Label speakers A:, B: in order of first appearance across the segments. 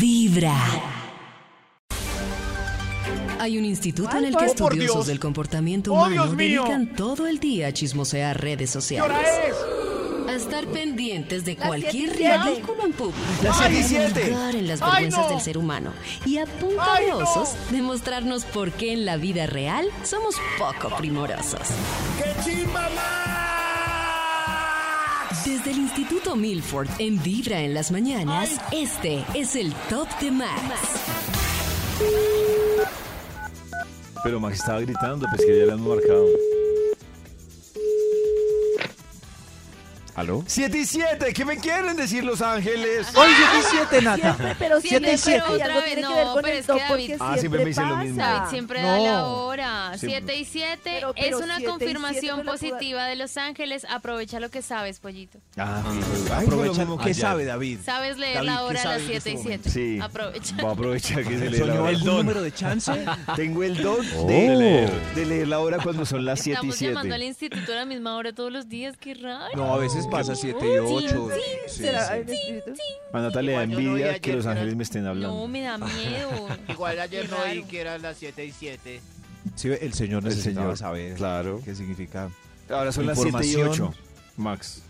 A: Vibra. Hay un instituto en el que
B: Oh, por
A: estudiosos
B: Dios.
A: del comportamiento
B: Oh,
A: humano
B: Dios mío. eh.
A: dedican todo el día a chismosear redes
B: ¿Qué hora
A: sociales,
B: es?
A: a estar pendientes de
C: Las
A: cualquier
C: siete y siete.
A: ridículo en público,
B: Las siete y
A: a
B: siete.
A: jugar en las
B: Ay,
A: vergüenzas
B: no.
A: del ser humano y a punta
B: Ay,
A: de
B: no.
A: osos demostrarnos por qué en la vida real somos poco primorosos.
B: ¡Qué chimba Max!
A: Desde el Instituto Milford en Vibra en las mañanas, este es el Top de Max.
D: Pero Max estaba gritando, pues que ya le han marcado. ¿Aló?
B: 7 y 7, ¿qué me quieren decir Los Ángeles?
E: Hoy 7 Nata.
C: Siempre, pero
F: Siempre,
C: siempre, y siete.
F: pero
C: Y algo
F: otra
C: tiene
F: vez,
C: que ver
F: no,
C: con
F: pero
C: el
F: es que
C: top
F: David-
C: porque
F: Ah,
C: siempre,
D: siempre me dicen lo
C: pasa.
D: mismo.
F: David siempre da
E: No.
F: la hora.
D: Siempre.
F: 7 y 7
C: Pero-
F: es
C: pero
F: una
C: siete y
F: confirmación
C: siete me la puedo-
F: positiva de Los Ángeles. Aprovecha lo que sabes, pollito.
D: Ah,
E: Aprovecha lo que
D: Ayer.
E: sabe David.
F: Sabes leer
E: David,
F: la
E: ¿qué
F: hora a las
E: sabes en
F: 7 y
E: este
F: 7.
D: Sí.
F: Aprovecha.
D: Voy a aprovechar que se le la
E: ¿Soñó
D: hora.
E: el número de chance?
D: Tengo el don de, leer, de leer la hora cuando son las 7 y
F: Estamos llamando al
D: 7.
F: instituto a la misma hora todos los días. Qué raro.
E: No, a veces pasa 7 y 8.
C: ¿Será el espíritu?
D: A Nata le da
G: Igual yo no vi
D: envidia
G: ayer
D: que Los
G: que era-
D: Ángeles me estén
F: No,
D: hablando.
F: me da miedo.
G: Igual
F: Qué
G: ayer no vi
F: raro.
G: que eran las 7 y 7.
E: el señor
D: El
E: necesitaba
D: señor,
E: saber
D: claro.
E: qué significa.
D: Ahora son las 7 y
E: Información.
D: 8. Max.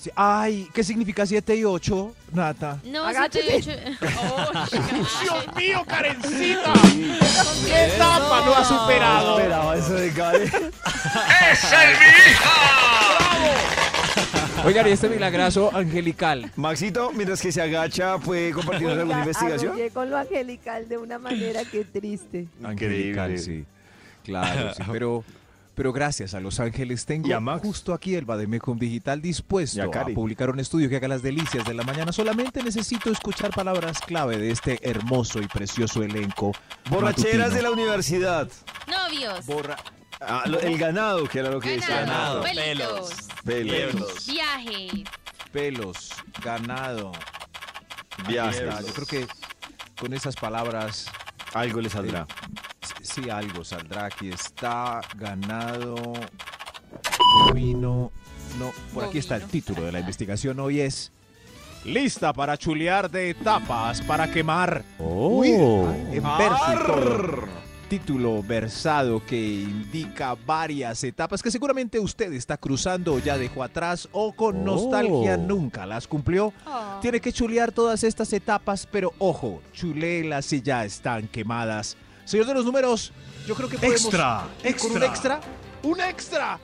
E: Sí, Ay, ¿qué significa 7 y 8, Nata?
F: No,
C: Agáchate.
F: 7 y Oh, 8.
B: ¡Dios mío, Karencita! ¡Qué etapa no ha superado!
D: Esperaba eso de Karen.
H: Oigan, y este milagrazo angelical.
D: Maxito, mientras que se agacha, ¿puede compartirnos alguna
C: Oiga,
D: investigación?
C: arrollé con lo angelical de una manera que triste.
E: Angelical, sí. Claro, sí, pero, pero gracias a Los Ángeles tengo
D: Y a Max.
E: justo aquí el Bademecum Digital
D: Y
E: dispuesto
D: a
E: a
D: Cari.
E: publicar un estudio que haga las delicias de la mañana. Solamente necesito escuchar palabras clave de este hermoso y precioso elenco.
D: Borracheras
E: matutino.
D: de la universidad.
F: Novios.
E: Borra-
D: Ah, lo- el ganado, que era lo que decía.
E: ganado,
F: Ganado. Pelitos.
D: Pelos.
F: Viajes.
E: pelos, ganado. Ya
D: Viajes.
E: está, Yo creo que con esas palabras
D: Algo le saldrá.
E: s- sí algo saldrá. Aquí está ganado, bovino. No, por aquí está el
F: Bovino.
E: título de la investigación. Hoy es lista para chulear de etapas para quemar.
D: Oh.
E: En verso y todo. Título versado que indica varias etapas que seguramente usted está cruzando o ya dejó atrás o con nostalgia nunca las cumplió.
F: Oh.
E: Tiene que chulear todas estas etapas, pero ojo, chuléelas si ya están quemadas. Señor de los números, yo creo que podemos...
B: Extra,
E: ir con un extra! ¡Un extra!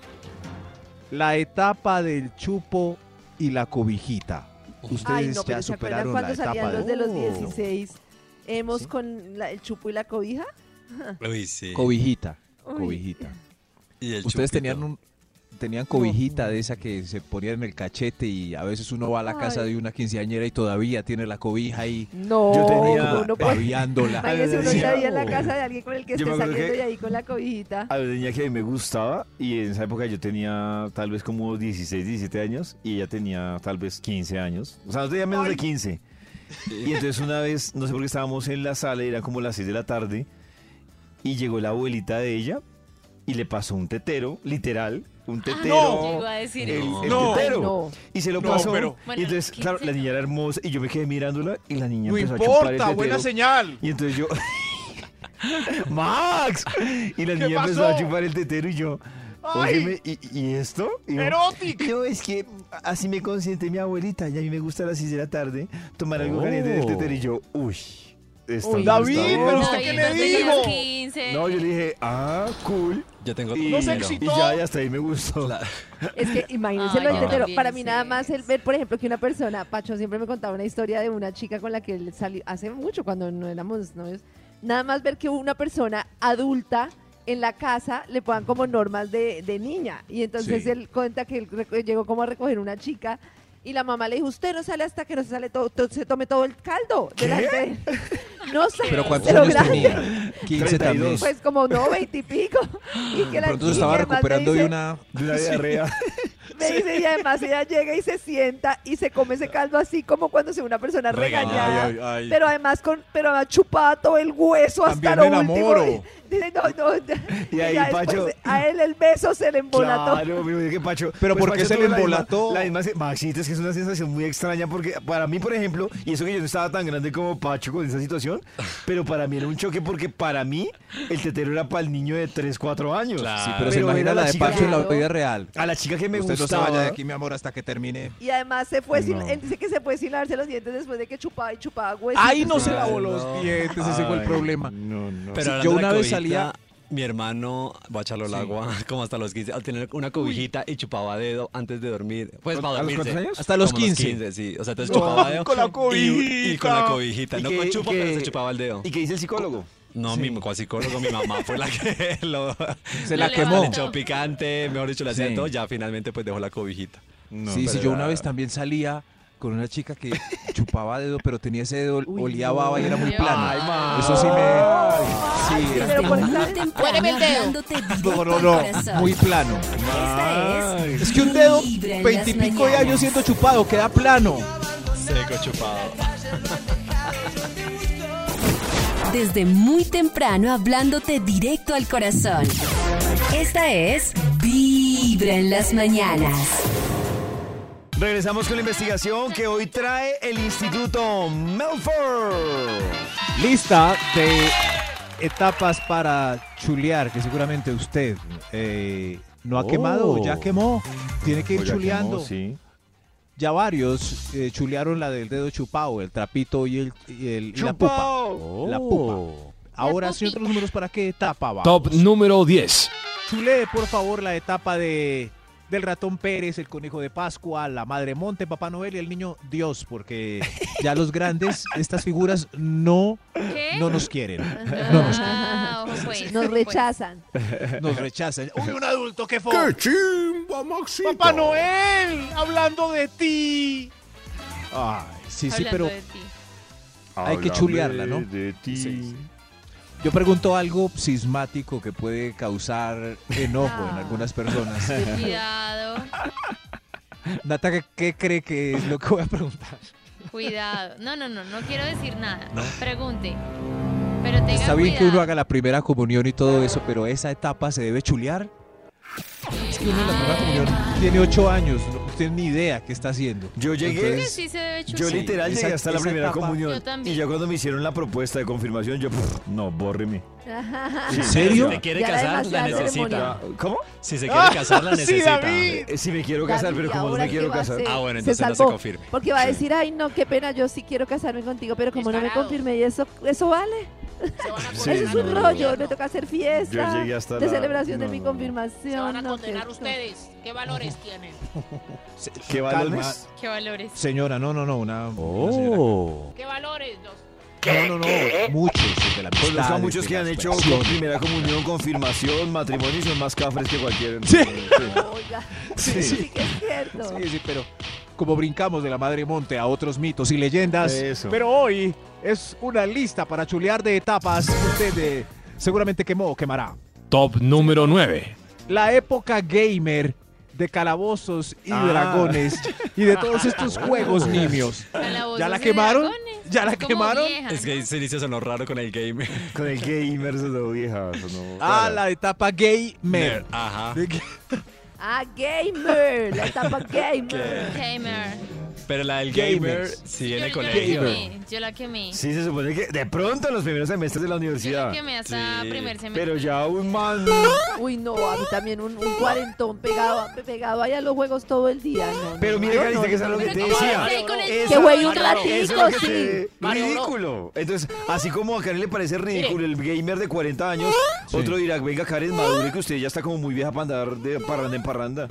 E: La etapa del chupo y la cobijita. Ustedes
C: Ay,
E: ya
C: no, pero ¿se acuerdan
E: superaron la
C: cuando salían
E: etapa
C: los de los
E: Oh.
C: 16? Hemos
E: Sí.
C: con la- el chupo y la cobija.
I: Uy, sí.
E: Cobijita,
C: Uy.
E: cobijita.
I: Y el
E: Ustedes
I: chupito.
E: tenían un... Tenían cobijita de esa que se ponía en el cachete y a veces uno va a la casa
C: Ay.
E: de una quinceañera y todavía tiene la cobija ahí
C: No,
D: Yo tenía-
C: como uno puede-
E: babeándola.
C: Imagínese uno
D: Sí.
C: ya ahí en la casa de alguien con el que
D: Yo me
C: esté
D: acuerdo
C: saliendo
D: que-
C: y ahí con la cobijita.
D: A la niña que a mí me gustaba y en esa época yo tenía tal vez como 16, 17 años y ella tenía tal vez 15 años. O sea, no tenía menos de 15. Y entonces una vez, no sé por qué estábamos en la sala, eran como las 6 de la tarde y llegó la abuelita de ella y le pasó un tetero, literal, un
E: Ah,
D: tetero.
F: Llegó a decir
D: El,
F: eso.
D: el
B: No.
C: Ah, Ay,
D: tetero.
C: no.
D: Y se lo pasó.
F: Bueno,
D: y entonces,
F: ¿qué
D: claro,
F: es
D: la
F: eso?
D: niña era hermosa y yo me quedé mirándola y la niña
B: No
D: empezó a chupar el
B: importa,
D: tetero.
B: buena señal.
D: Y entonces yo. ¡Max! Y la
B: ¿Qué
D: niña empezó a
B: pasó?
D: chupar el tetero y yo.
B: Ay.
D: "Óyeme, ¿y, y esto? Y yo,
B: Erotic.
D: no, es que así me consiente mi abuelita y a mí me gusta a las 6 de la tarde tomar algo
E: Oh.
D: caliente del tetero y yo, uy. Esto
C: Uy,
D: no
B: David,
D: está bien".
B: pero
F: No,
B: usted qué
F: yo
B: le
F: no
B: digo.
F: tenía 15.
D: No, yo le dije, ah, cool.
I: Yo tengo
D: Y,
B: No se
I: dinero.
B: excitó.
D: y ya, y hasta ahí me gustó.
C: Es que imagínense
F: Ay,
C: lo
I: yo
C: del tetero.
F: también
C: Para mí
F: hice
C: nada más el
F: eso.
C: ver, por ejemplo, que una persona, Pacho siempre me contaba una historia de una chica con la que él salió hace mucho cuando no éramos novios. Nada más ver que una persona adulta en la casa le pongan como normas de, de niña. Y entonces
E: Sí.
C: él cuenta que él reco- llegó como a recoger una chica y la mamá le dijo, usted no sale hasta que no se sale todo, to- se tome todo el caldo delante de él". No sale.
E: Pero ¿cuántos
C: pero
E: años
C: grande.
E: tenía? 15 también.
D: 32.
C: Pues como no, veintipico. Y, que la
E: Pronto
C: y
E: se estaba
C: que además le
E: recuperando
C: dice-
E: de una...
D: De una diarrea.
C: Me dice, y además ella llega y se sienta y se come ese caldo así como cuando se ve una persona regañada.
E: ay, ay.
C: Pero además con, pero además chupada todo el hueso hasta
E: También
C: lo
E: me enamoro.
C: último. Dice, no, no. Y
D: Y ahí
C: ya
D: Pacho-
C: después a él el beso se le embolató.
D: Claro, me imagino que Pacho. pues,
E: Pero ¿por qué
D: Pacho
E: se le
D: tuvo la misma-
E: embolató?
D: La misma, se- Maxito, es que es una sensación muy extraña porque para mí, por ejemplo, y eso que yo no estaba tan grande como Pacho con esa situación, pero para mí era un choque porque para mí el tetero era para el niño de 3, 4 años.
I: Claro.
E: Sí, pero
I: Ah,
E: se
D: era
E: imagina la de
D: chica
E: Pacho en la
C: Claro.
E: vida real.
D: que- A la chica que me
E: Usted no se
D: gustaba.
E: vaya de aquí, mi amor, hasta que termine.
C: Y además se fue sin,
D: No.
C: él dice que se fue sin lavarse los dientes después de que chupaba y chupaba huesos.
E: Ahí no se
D: Ay,
E: lavó
D: no.
E: los dientes, ese fue el
D: Ay,
E: problema.
D: No, no.
I: Pero
H: Si
I: hablando
H: yo
I: de
H: una vez
I: cobijita,
H: salía-
I: Mi hermano, va a echarlo al agua, como hasta los 15, al tener una cobijita y chupaba dedo antes de dormir. Pues para
D: ¿A los
I: dormirse.
D: cuántos años?
H: Hasta los
I: Como
H: 15.
I: sí. O sea, entonces chupaba dedo.
B: con la
I: y- Y, con
B: cobijita.
I: la cobijita.
D: ¿Y
I: No
D: qué-
I: con chupa,
D: y
I: pero
D: qué-
I: se chupaba el dedo.
D: ¿Y qué dice el psicólogo?
I: No, mi cual psicólogo, mi mamá fue la que lo.
E: Se la
F: Le
E: quemó.
I: Le echó picante, mejor dicho, le hacía
E: Sí.
I: todo. Ya finalmente, pues dejó la cobijita.
E: sí, sí,
I: pero
E: yo
I: era-
E: una vez también salía con una chica que chupaba dedo, pero tenía ese dedo,
C: Uy,
E: olía a
C: no.
E: baba y era muy
F: Ay,
E: plano.
D: ma.
E: Eso sí me... Sí,
C: Pero
A: Desde
C: por
A: muy
C: estar-
A: temprano
F: Muéreme el dedo.
A: hablándote directo
E: no, no,
A: al
E: no,
A: corazón.
E: muy plano.
A: Esta es...
E: Es que un dedo,
A: Vibra en las
E: veintipico de
A: mañanas.
E: años siendo chupado, queda plano.
I: Seco chupado.
A: Desde muy temprano hablándote directo al corazón. Esta es Vibra en las mañanas.
D: Regresamos con la investigación que hoy trae el Instituto Melford.
E: Lista de etapas para chulear, que seguramente usted eh, no ha
D: Oh.
E: quemado o ya quemó. Tiene que ir
D: Oiga,
E: chuleando.
D: quemó, sí.
E: Ya varios eh, chulearon la del dedo chupado, el trapito y, el, y el- y la pupa.
D: Chupao.
E: Oh. La pupa. Ahora sí, otros números para qué etapa va.
H: Top número 10.
E: Chulee, por favor, la etapa de del ratón Pérez, el conejo de Pascua, la madre Monte, Papá Noel y el niño Dios, porque ya los grandes, estas figuras no,
F: ¿Qué?
E: no nos quieren. No nos quieren.
F: Ah, ojo, pues,
C: Nos
F: ojo,
C: rechazan.
E: Nos rechazan. Uy, un adulto, qué fo.
B: Papá Noel, hablando de ti.
E: Ay, sí,
F: pues,
E: sí, pero
F: hablando de ti.
E: Hay que
D: Háblame
E: chulearla, ¿no?
D: de ti.
E: yo pregunto algo sismático que puede causar enojo en algunas personas.
F: Cuidado,
E: Nata, ¿qué- ¿qué cree que es lo que voy a preguntar?
F: cuidado. No, no, no, no quiero decir nada. Pregunte. Pero tenga
E: Está bien
F: cuidado.
E: que uno haga la primera comunión y todo eso, pero esa etapa se debe chulear. Es que uno en la primera comunión tiene ocho años, no tiene ni idea qué está haciendo.
D: Yo llegué,
F: Creo que sí se debe
D: yo
F: chupar.
D: literal
E: esa-
D: llegué hasta la
E: esa
D: primera
E: etapa.
D: comunión.
F: Yo también.
D: Y ya cuando me hicieron la propuesta de confirmación, yo, pff, no, bórreme.
E: ¿En
I: Si
E: serio?
I: se quiere
C: Ya era
I: casar, la
C: demasiada
I: necesita.
C: ceremonia.
D: ¿Cómo?
I: Si se quiere casar, la
B: sí,
I: necesita.
B: David.
D: Eh, si me quiero
C: Ah, David,
D: casar, pero
C: ¿y
D: como no
C: ahora
D: me quiero
C: qué va a
D: casar.
C: hacer?
I: Ah, bueno,
C: Se
I: entonces no se
C: salvó,
I: confirma.
C: Porque va a
I: Sí.
C: decir, ay, no, qué pena, yo sí quiero casarme contigo, pero como no me
F: Descarado.
C: confirmé y eso, eso vale.
G: Se van a
D: Sí,
C: eso es
G: condenar
C: un
D: no,
C: rollo,
G: ustedes,
C: me toca hacer fiesta.
D: Yo llegué hasta
C: de
D: la-
C: celebración de
D: no,
C: mi
D: no, no.
C: confirmación.
G: Se van a
C: no,
G: condenar
C: qué-
G: ustedes. ¿Qué valores tienen?
D: ¿Qué
E: Calma,
D: valores?
F: Qué valores.
E: Señora, no, no, no, una, una señora.
D: Oh.
G: ¿Qué valores? Los-
E: No, no, no, muchos de la
D: Conozco a
E: amistad,
D: muchos Pues,
E: de
D: que
E: las
D: han hecho
E: relaciones.
D: primera comunión, confirmación, matrimonio y son más cafres que cualquier.
E: Sí.
C: Oiga,
E: Sí,
C: sí,
E: sí,
C: que es cierto.
E: sí, sí, pero como brincamos de la madre monte a otros mitos y leyendas,
D: Eso.
E: pero hoy es una lista para chulear de etapas. Usted eh, seguramente quemó o quemará.
H: Top número 9.
E: la época gamer de calabozos y
D: Ah.
E: dragones y de todos estos juegos nimios.
F: Calabozos
E: ¿Ya la
F: y
E: quemaron?
F: dragones.
E: ¿Ya la
F: Es como
E: quemaron?
F: vieja,
I: Es que se dice sonó raro con el game.
D: Con el gamer se lo vieja. eso no,
E: Ah,
D: para.
E: la etapa gamer.
I: Ajá.
E: De que-
C: Ah, gamer, la etapa gamer.
F: Gamer.
I: Pero la del
E: Gamers.
I: gamer, sí, en
F: Yo,
I: el
F: yo la
I: colegio.
F: quemé. Yo la quemé.
D: Sí, se supone que de pronto en los primeros semestres de la
F: Yo la
D: universidad.
F: quemé hasta
I: Sí,
F: primer semestre.
D: Pero ya un man.
C: Uy, no, a mí también un, un cuarentón pegado, a- pegado ahí a los juegos todo el día. no, no,
D: Pero mire,
C: no,
D: Carita,
C: no,
D: que es
C: no,
D: lo que
C: no,
D: te
C: no.
D: decía.
F: Mario, con el-
D: Eso-
C: Que juegue un
D: Mario, eso es lo
C: ratico,
D: que se-
C: sí.
G: Mario, no.
D: Ridículo. Entonces, así como a Karen le parece ridículo el gamer de 40 años, otro dirá, venga Karen, madure que usted ya está como muy vieja para andar de parranda en parranda.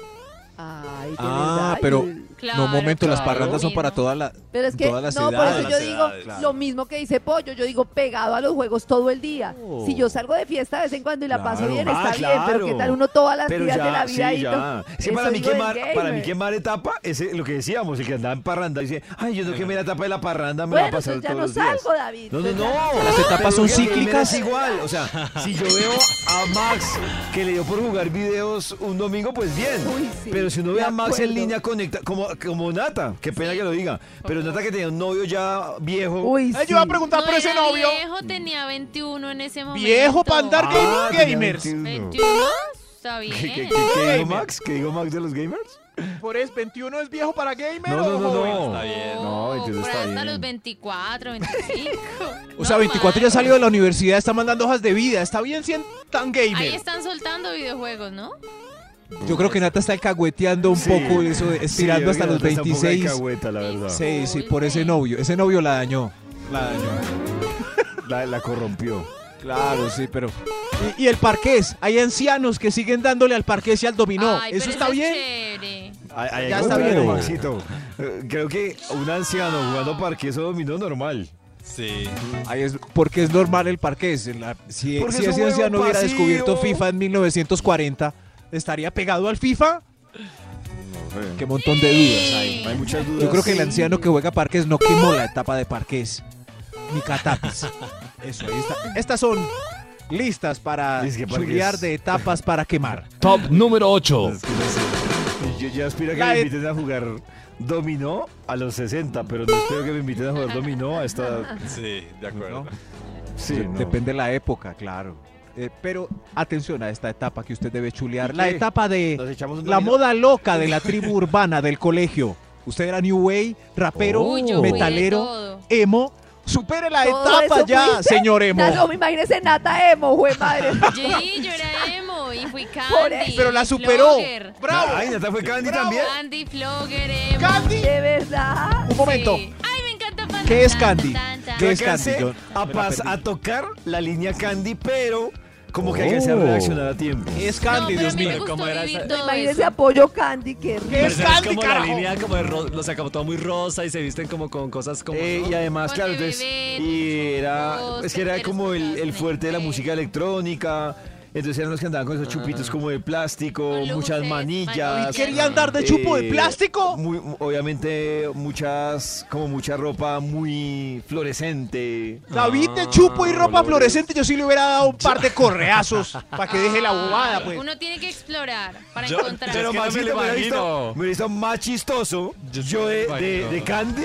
C: Ay, qué
E: Ah,
C: verdad,
E: pero
C: y-
F: Claro,
E: no, un momento, las
F: claro.
E: parrandas son para
F: Mismo.
E: toda la,
C: Pero es que,
E: todas las
C: no, por
E: edades.
C: eso yo digo
I: edades, claro.
C: lo mismo que dice Pollo, yo digo pegado a los juegos todo el día.
E: Oh.
C: Si yo salgo de fiesta de vez en cuando y la paso
E: Claro.
C: bien,
D: Ah,
C: está bien, pero
D: claro.
C: ¿qué tal uno todas las
D: Pero
C: días de la
D: ya, sí,
C: vida ahí?
D: ya.
C: no?
D: Sí,
C: Eso
D: para mí,
C: digo del pues.
D: quemar, para mí
C: gamer.
D: quemar etapa es eh, lo que decíamos, el que andaba en parranda. Dice, ay, yo no quemé la etapa de la parranda, me la va a
C: Bueno,
D: pasar todos
C: entonces ya no
D: los días.
C: salgo, David.
D: No, no,
C: pues ya
D: no.
E: Las etapas son
D: Pero que
E: cíclicas.
D: Es igual. O sea, si yo veo a Max que le dio por jugar videos un domingo, pues bien.
C: Uy, sí.
D: Pero Pero si uno
C: De
D: ve a Max en
C: acuerdo.
D: línea conecta, como, como Nata, qué pena que lo diga, pero Nata que tenía un novio ya viejo.
C: Uy,
B: Ay,
C: pues,
E: Eh,
C: sí.
B: Yo iba a preguntar por
F: No,
B: ese
F: era
B: novio.
F: Viejo tenía 21 en ese momento.
B: Viejo para andar con
D: Ah, tenía
B: gamers.
D: 21.
F: 21 está bien.
D: ¿Qué, qué- qué- qué dijo Max? ¿Qué dijo Max de los gamers?
B: Por eso, 21 es viejo para gamer.
D: No, no,
B: o
D: no,
B: joven?
D: no.
I: Está bien.
D: No, 21
F: por
D: está
F: ahí hasta
D: bien.
F: los 24, 25.
E: O sea, 24 ya salió de la universidad, está mandando hojas de vida, está bien siendo tan
F: Ahí
E: gamer.
F: están soltando videojuegos, ¿no?
E: Yo creo que Nata está cagueteando un
D: Sí.
E: poco eso, de- estirando
D: Sí,
E: hasta
D: yo
E: los
D: creo que Nata está un poco de
E: 26.
D: Cagüeta, la verdad.
E: Sí, sí, por ese novio. Ese novio la dañó. La dañó.
D: La, la corrompió.
E: Claro, sí, pero. Y, y el parqués. Hay ancianos que siguen dándole al parqués y al dominó.
F: Ay,
E: Eso
F: pero
E: está
F: es
E: bien.
F: chévere.
D: Ay, ay,
E: Ya
D: al
E: está
D: contrario,
E: bien.
D: Maxito. Eh, Creo que un anciano jugando parque eso dominó normal.
I: Sí.
E: Ahí es, porque es normal el parqués. En la- si
D: Porque
E: si
D: es un
E: ese
D: huevo
E: anciano hubiera
D: pasivo.
E: descubierto FIFA en 1940, ¿estaría pegado al FIFA? Qué montón de dudas hay.
D: Hay muchas dudas.
E: Yo creo que el anciano que juega parqués no quemó la etapa de parqués. Ni catapis. Eso, ahí está. Estas son listas para
D: Dizque parqués.
E: chulear de etapas para quemar.
H: Top número 8.
D: Y Yo ya aspiro a que
E: La
D: me
E: e-
D: inviten a jugar dominó a los 60, pero no espero que me inviten a jugar dominó a esta edad.
I: Sí, de
E: ¿no?
I: acuerdo.
D: Sí,
E: Dep-
D: no.
E: Depende de la época, claro. Eh, pero atención a esta etapa que usted debe chulear.
D: ¿Y
E: La
D: qué?
E: etapa
D: Nos
E: de
D: echamos un
E: la
D: dominó.
E: moda loca de la tribu urbana del colegio. Usted era New Way, rapero,
F: Uy, yo fui de
E: metalero,
F: todo.
E: emo. Supere la
C: ¿Todo
E: etapa
C: eso
E: ya,
C: fuiste?
E: señor emo.
C: Na- No, me imagínese Nata Emo, güey, madre.
F: Sí, yo era emo y fui
C: Por
F: Candy.
C: eso.
E: Pero la
F: y
E: superó.
F: Flogger.
E: ¡Bravo!
D: Ay, Nata fue Candy también.
F: Candy, Flogger, emo.
E: ¡Candy!
C: De verdad.
E: Un momento.
F: Sí. Ay, me encanta Panda.
E: ¿Qué es
F: tan, tan,
E: Candy?
F: tan, tan.
E: ¿Qué es
D: Alcancé
E: Candy? Yo-
D: a,
E: me la
D: pas-
E: perdí.
D: a tocar la línea Candy, pero como que
E: Oh.
D: alcancé a reaccionar a tiempo.
E: Es
F: No,
E: Candy,
F: pero
E: Dios
F: a mí me
E: mío.
I: mío, ¿cómo
F: gustó
I: era
F: vivir
I: esa?
F: todo
C: Imagínese
F: eso.
C: apoyo Candy, qué rico.
I: Pero
E: Es
I: es
E: Candy,
I: como
E: carajo.
I: la línea como de ro- lo sacamos todo muy rosa y se visten como con cosas como
D: Eh,
I: ¿no?
D: y además,
F: Ponte
D: claro, entonces,
F: bebé,
D: y era,
F: tus
D: es que era
F: ojos,
D: como el, el
F: tus
D: fuerte de la
F: ojos.
D: música electrónica, entonces eran los que andaban con
I: Ah.
D: esos chupitos como de plástico,
F: Con
D: muchas
F: luces,
D: manillas. Eh,
F: manillas. ¿Y
E: quería andar de chupo de plástico?
D: muy- obviamente, muchas, como mucha ropa muy fluorescente.
E: David
D: Ah,
E: de chupo y ropa
D: colores.
E: fluorescente, yo sí le hubiera dado un par de correazos para que deje la bobada, pues.
F: Uno tiene que explorar para
I: Yo-
F: encontrar.
I: yo-
D: Pero
I: Es que no me
D: Maxito,
I: lo
D: me hubiera
I: imagino.
D: visto- me hubiera visto más chistoso yo,
I: Yo sí me
D: de,
I: lo
D: de-
I: imagino.
D: de Candy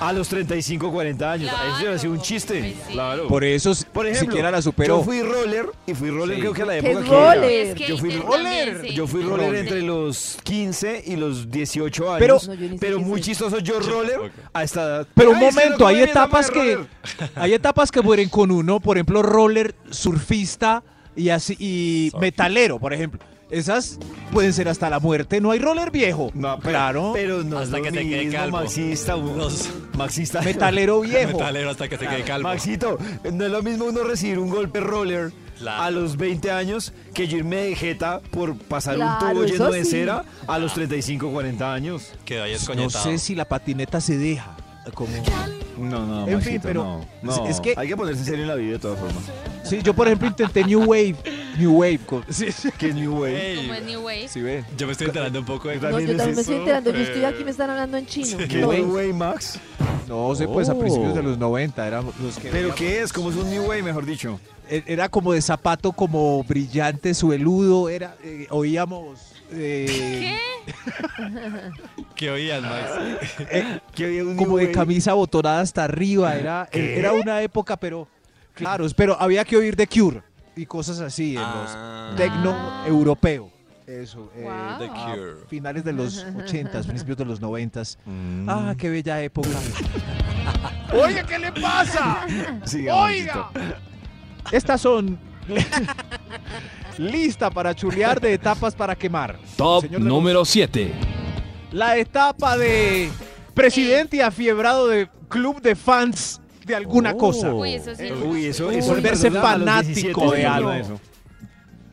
D: a los 35, 40 años. Eso hubiera sido un
F: Claro,
D: chiste.
F: pues sí.
D: Claro.
E: Por eso, si-
D: Por ejemplo,
E: siquiera la superó.
D: yo fui roller y fui roller
E: Sí.
D: creo que a la
C: ¿Qué
D: época
C: es
D: que era.
C: roller?
F: Es que
D: Yo fui
F: yo
E: roller.
F: también, sí.
D: Yo fui roller entre los 15 y los 18 años.
E: Pero-
D: Pero,
C: No, yo ni sé qué es
D: muy
C: eso.
D: chistoso yo roller
I: tampoco.
D: a esta edad.
E: Pero un
D: Ay, es que
E: momento,
D: no
E: hay
D: come bien la
E: etapas
D: madre
E: que
D: roller.
E: hay etapas que mueren con uno, por ejemplo, roller, surfista y así y metalero, por ejemplo. Esas pueden ser hasta la muerte, no hay roller viejo.
D: No, pero,
E: claro.
D: Pero no
I: Hasta
D: es lo
I: que te quede
D: mismo,
I: calvo.
D: Maxista, un-
I: Los-
D: maxista.
E: metalero viejo.
I: Metalero hasta que te quede calvo.
D: Maxito, no es lo mismo uno recibir un golpe roller
I: Claro.
D: a los 20 años que yo irme de jeta por pasar un
C: Claro,
D: tubo lleno
C: eso
D: de
C: sí.
D: cera a los 35, 40 años.
I: Quedó ahí
E: No
I: escoñetado.
E: sé si la patineta se deja. Como...
D: No, no,
E: En fin, pero-
D: no.
E: es que-
D: hay que ponerse serio en la vida de todas formas.
E: Sí, yo por ejemplo intenté New Wave, New Wave con- Sí, sí.
D: Que New Way.
I: Ey,
F: Como es New Wave.
E: sí, ve.
I: yo me estoy enterando un poco de
C: No,
D: También
C: yo
D: es
C: también me estoy
D: eso,
C: enterando. Yo estoy aquí, me están hablando en chino.
D: ¿Qué es
C: No,
D: New Way, Max?
E: No sé, pues a
H: Oh.
E: principios de los 90 eran los que
D: ¿Pero qué es? ¿Cómo es un New Way, mejor dicho?
E: E- Era como de zapato, como brillante, sueludo. Era, eh, oíamos. eh,
F: ¿Qué?
I: que oían, Max.
E: eh,
D: Que había un
E: como de
D: Way.
E: camisa botonada hasta arriba. Era, eh, era una época, pero. Claro, pero había que oír de Cure y cosas así en
I: Ah.
E: los tecno europeo. Eso, eh,
F: Wow. The
E: a
I: Cure.
E: finales de los 80s, principios de los 90s. Ah, qué bella época.
B: Oye, ¿qué le pasa?
D: Sí,
B: Oiga.
E: Estas son. Lista para chulear de etapas para quemar.
H: Top
E: Señor de los-
H: número 7.
E: la etapa de presidente afiebrado de club de fans de alguna
H: Oh.
E: cosa.
F: Uy, eso sí. no.
D: Uy, eso,
E: Uy,
D: eso
E: volverse
D: perdona, a los
E: fanático
D: 17
E: de
D: no,
E: algo.
D: eso.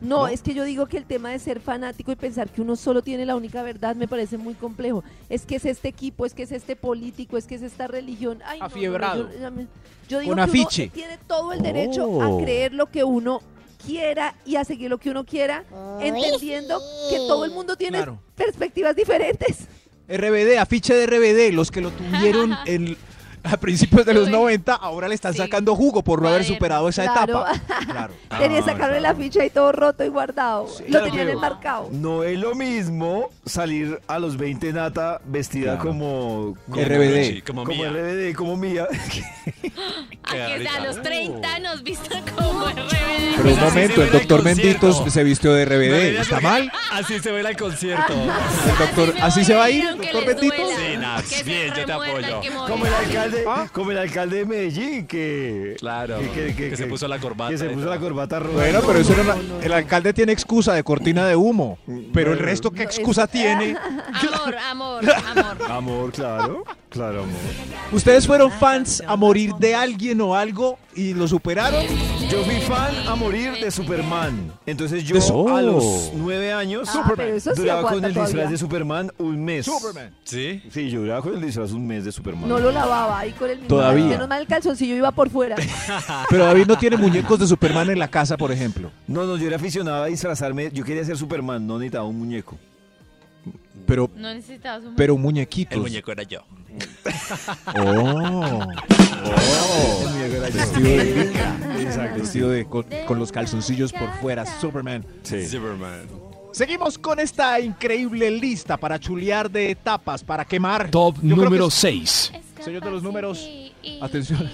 C: No, es que yo digo que el tema de ser fanático y pensar que uno solo tiene la única verdad me parece muy complejo. Es que es este equipo, es que es este político, es que es esta religión. Ay, no, no, no,
E: Afiebrado.
C: yo, ya me- yo digo
E: Con
C: que
E: afiche.
C: uno tiene todo el derecho
H: Oh.
C: a creer lo que uno quiera y a seguir lo que uno quiera, entendiendo que todo el mundo tiene
E: Claro.
C: perspectivas diferentes.
E: RBD, afiche de RBD, los que lo tuvieron en, a principios de los
F: Uy.
E: 90, ahora le están
F: Sí.
E: sacando jugo por no haber
F: Moderno.
E: superado esa
C: Claro.
E: etapa. Claro.
C: Tenía sacarle la ficha y todo roto y guardado. Lo
D: claro,
C: tenían
D: pero-
C: enmarcado.
D: No es lo mismo salir a los 20 nata vestida
E: Claro.
D: como, como
E: RBD.
I: Sí, como
D: Como,
I: mía.
D: RBD, como mía.
F: Aquí está, a
I: risa.
F: los 30 nos visten como RBD.
E: Pero un
I: Así se
E: momento,
I: ve
E: el
I: en el
E: doctor
I: concierto.
E: Menditos se vistió de RBD.
I: Imagínate
E: ¿Está
I: que-
E: mal?
I: Así se va a ir al concierto.
E: El doctor,
F: me
E: así
F: voy
E: se va a
F: ir,
E: ir,
F: aunque
E: doctor
F: les
E: Menditos.
F: duela.
I: Sí, Nax,
F: Que se
I: bien, yo te
F: remuerdan,
I: apoyo.
F: que
D: Como el
F: movilan.
D: alcalde, como el alcalde de Medellín que
I: ah? Claro, que se puso la corbata
D: Que se
I: y
D: puso
I: todo.
D: la corbata roja.
E: Bueno, pero eso era una- el alcalde tiene excusa de cortina de humo, pero el resto qué
C: No, es-
E: excusa tiene.
F: Amor, amor, amor.
D: Amor, claro. Claro, amor.
E: Ustedes fueron fans a morir de alguien o algo y lo superaron.
D: Yo fui fan a morir de Superman. Entonces yo
E: Eso.
D: a los nueve años
C: Ah, pero eso sí
D: duraba
C: aguanta
D: con el
C: todavía.
D: disfraz de Superman un mes.
I: ¿Sí?
D: Sí, yo duraba con el disfraz un mes de Superman.
C: No lo lavaba ahí con el mismo.
E: Todavía.
C: Menos mal el calzoncillo iba por fuera. Pues,
E: Pero David no tiene muñecos de Superman en la casa, por ejemplo.
D: No, no, yo era aficionado a disfrazarme. Yo quería ser Superman, no necesitaba un muñeco.
E: Pero,
F: No necesitabas un
E: pero muñequitos.
I: El muñeco era yo.
E: Oh.
D: Un muñeco era yo.
E: Vestido de, Exacto, vestido de con, con los calzoncillos por fuera, Superman.
D: Sí.
I: Superman.
E: Seguimos con esta increíble lista para chulear de etapas, para quemar.
H: Top
E: Yo creo que
H: número 6.
E: Señor de los números, atención.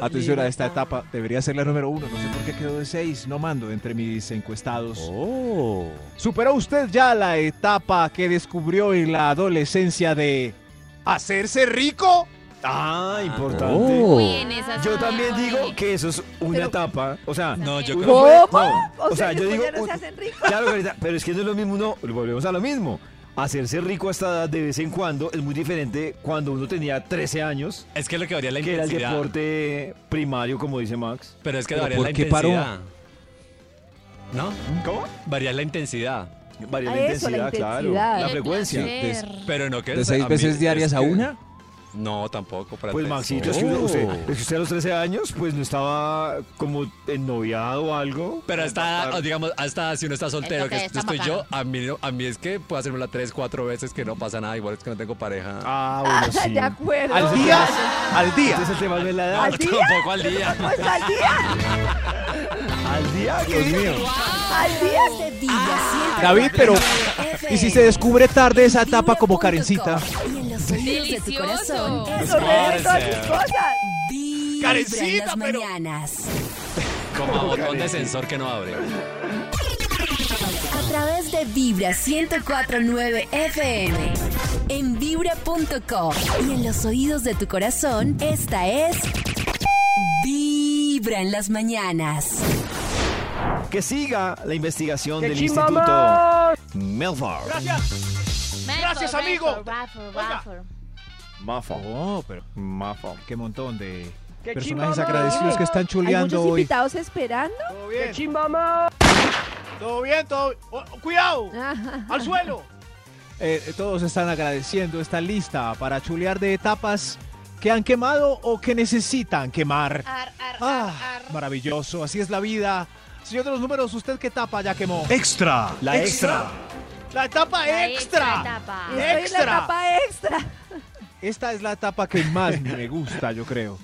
E: Atención a esta etapa, debería ser la número uno. No sé por qué quedó de seis, no mando entre mis encuestados.
I: Oh.
E: ¿Superó usted ya la etapa que descubrió en la adolescencia de hacerse rico?
D: Ah, importante.
H: Oh.
F: Uy, en esa
D: Yo
F: zona,
D: también
F: oye.
D: digo que eso es una
C: Pero-
D: etapa. O sea,
I: No, yo creo
C: ¿Cómo?
I: que
D: O, sea, yo digo.
C: pues No
D: un-
C: se hacen ricos.
D: Claro, Carita, pero es que no es lo mismo, no. Volvemos a lo mismo. Hacerse rico a esta edad de vez en cuando es muy diferente cuando uno tenía 13 años,
I: es que lo que varía es la
D: que era el
I: intensidad.
D: deporte primario, como dice Max.
I: Pero es que
E: Pero
I: varía
E: ¿por
I: la
E: qué paró?
I: intensidad. ¿No?
D: ¿Cómo?
I: Varía la intensidad.
D: Varía
C: A
D: la
C: eso, la
D: intensidad, claro.
C: intensidad.
D: La
F: Y el
D: frecuencia.
F: placer.
I: Pero no que
E: ¿De seis
I: mí
E: veces
I: es
E: diarias a
I: que-
E: una?
I: No, tampoco. para Oh.
D: Pues
I: tres.
D: Maxito, es que uno- usted, es que usted a los 13 años, pues no estaba como ennoviado o algo.
I: Pero hasta, digamos, hasta si uno está soltero,
G: Eso
I: que
G: que está
I: estoy yo,
G: bacano.
I: a mí, no- a mí es que puedo hacérmela tres, cuatro veces que no pasa nada, igual es que no tengo pareja.
D: Ah, bueno, sí.
C: De acuerdo.
D: Al día, al día. Entonces se va a ver la edad.
C: ¿Al día?
I: Tampoco al día.
C: Pues al día,
D: Al día, Dios mío.
C: al día.
A: De Este Vibra
E: Ah. David, pero
A: 100.3
E: ¿y si se descubre tarde esa etapa como
A: Vibra.com.
E: Karencita?
A: Y en los sonidos de tu corazón.
F: Delicioso.
C: Eso, reverso, esas cosas.
A: Vibra en las mañanas.
I: Como a botón de sensor que no abre.
A: A través de Vibra 104.9 FM. En Vibra.com. Y en los oídos de tu corazón, esta es... Vibra en las mañanas.
D: Que siga la investigación del Instituto Melfar.
B: Gracias,
F: Medford,
B: amigo.
F: Medford, Radford, Radford.
D: Melfar.
E: Oh, pero
D: Melfar.
E: qué montón de
B: ¡Qué
E: personajes
B: chimba,
E: agradecidos que están
C: Hay
E: chuleando
C: muchos
E: hoy.
C: invitados esperando.
B: Todo bien. Todo bien, todo oh, oh, cuidado.
C: Ajá.
B: Al suelo.
E: Eh, todos están agradeciendo esta lista para chulear de etapas que han quemado o que necesitan quemar.
G: Ar, ar,
E: Ah, maravilloso, así es la vida. Señor de los números, ¿usted qué etapa ya quemó?
B: Extra.
D: La extra.
B: La etapa
F: La
B: extra.
F: etapa.
C: Estoy en la
B: Extra.
C: etapa extra.
E: Esta es la etapa que
D: Pues
E: más me gusta, yo creo.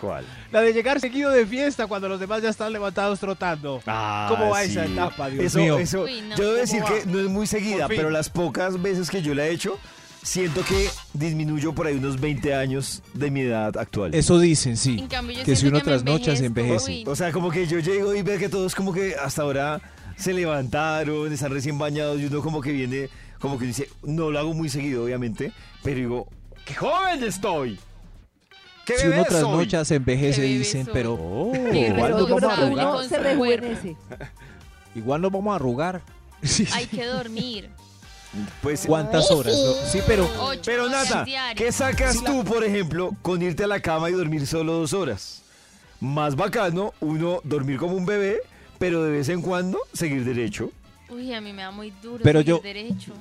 D: ¿Cuál?
E: La de llegar seguido de fiesta cuando los demás ya están levantados trotando. ¿Cómo va esa etapa, Dios
D: Ah, eso,
E: mío?
D: Eso,
F: Uy, no,
D: yo debo
F: ¿cómo
D: decir
F: va?
D: que no es muy seguida,
E: Por fin.
D: pero las pocas veces que yo la he hecho, siento que disminuyo por ahí unos 20 años de mi edad actual.
E: Eso dicen, sí.
F: En cambio, yo
E: Que si
F: siento
E: uno
F: me
E: trasnocha, se
F: envejezco.
E: envejece.
D: O sea, como que yo llego y veo que todos como que hasta ahora se levantaron, están recién bañados y uno como que viene, como que dice, no lo hago muy seguido, obviamente, pero digo, ¡qué joven estoy! ¡Qué
E: Si
D: bebé
E: uno
D: soy!
E: trasnocha, se envejece,
F: Qué bebé
E: dicen,
F: soy.
E: pero
F: Qué
E: igual,
C: Pero
E: nos
C: yo
E: vamos
C: creo
E: a
C: que
E: arrugar,
C: uno
F: arrugar.
C: se rejuvenece.
E: igual nos vamos a arrugar. Sí.
F: Hay que dormir.
D: Pues,
E: ¿Cuántas horas? no? Sí, pero
F: Ocho
D: Pero
F: horas
D: Nata,
F: diarias.
D: ¿qué sacas tú, por ejemplo, con irte a la cama y dormir solo dos horas? Más bacano, uno, dormir como un bebé, pero de vez en cuando seguir derecho.
F: Uy, a mí me da muy duro.
E: Pero
F: seguir
E: yo-
F: derecho.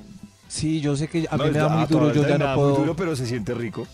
E: sí, yo sé que a mí
D: No,
E: me da
D: ah,
E: muy duro, yo
D: todavía
E: ya
D: me
E: no
D: da
E: puedo.
D: muy duro, pero se siente rico.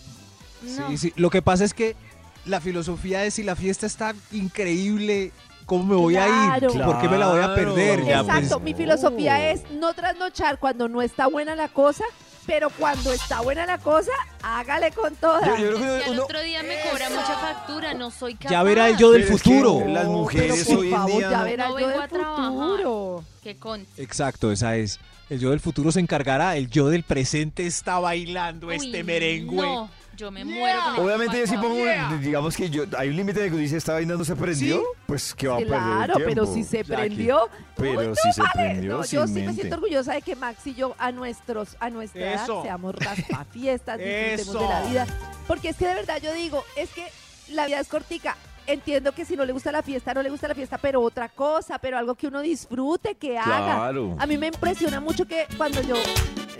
F: No.
E: Sí, sí. Lo que pasa es que la filosofía es si la fiesta está increíble, ¿cómo me voy a ir?
C: Claro.
E: ¿Por qué me la voy a perder? Ya,
C: Exacto,
E: pues,
C: mi
E: no.
F: Oh.
C: filosofía es no trasnochar cuando no está buena la cosa, Pero cuando está buena la cosa, hágale con toda.
I: Yo, yo creo
F: Es
I: que
F: que al
I: uno-
F: otro día me cobra mucha factura, no soy capaz.
I: ya verá el yo del
D: Pero es que
I: futuro.
D: Las mujeres
C: pero por
D: hoy en
C: favor,
D: día
C: ya
D: no-
C: verá
F: No
C: yo
F: vengo
C: del
F: a trabajar.
C: futuro.
F: Que con...
I: Exacto, esa es. El yo del futuro se encargará, el yo del presente está bailando
F: Uy,
I: este merengue.
F: No, yo me muero con el
D: Obviamente yo sí
F: guaguaguá.
D: pongo, digamos que yo, hay un límite de que dice, esta vaina no se prendió, pues que va a perder el
C: Claro, pero
D: tiempo,
C: si se
D: Jackie.
C: prendió.
D: Pero
C: uy,
D: si se
C: vale.
D: prendió,
C: No,
D: sin
C: yo sí me
D: mente.
C: siento orgullosa de que Max y yo a nuestros a nuestra edad
E: Eso.
C: seamos raspafiestas, disfrutemos de
E: Eso.
C: la vida, porque es que de verdad yo digo, es que la vida es cortica. Entiendo que si no le gusta la fiesta, no le gusta la fiesta, pero otra cosa, pero algo que uno disfrute, que haga.
D: Claro.
C: A mí me impresiona mucho que cuando yo,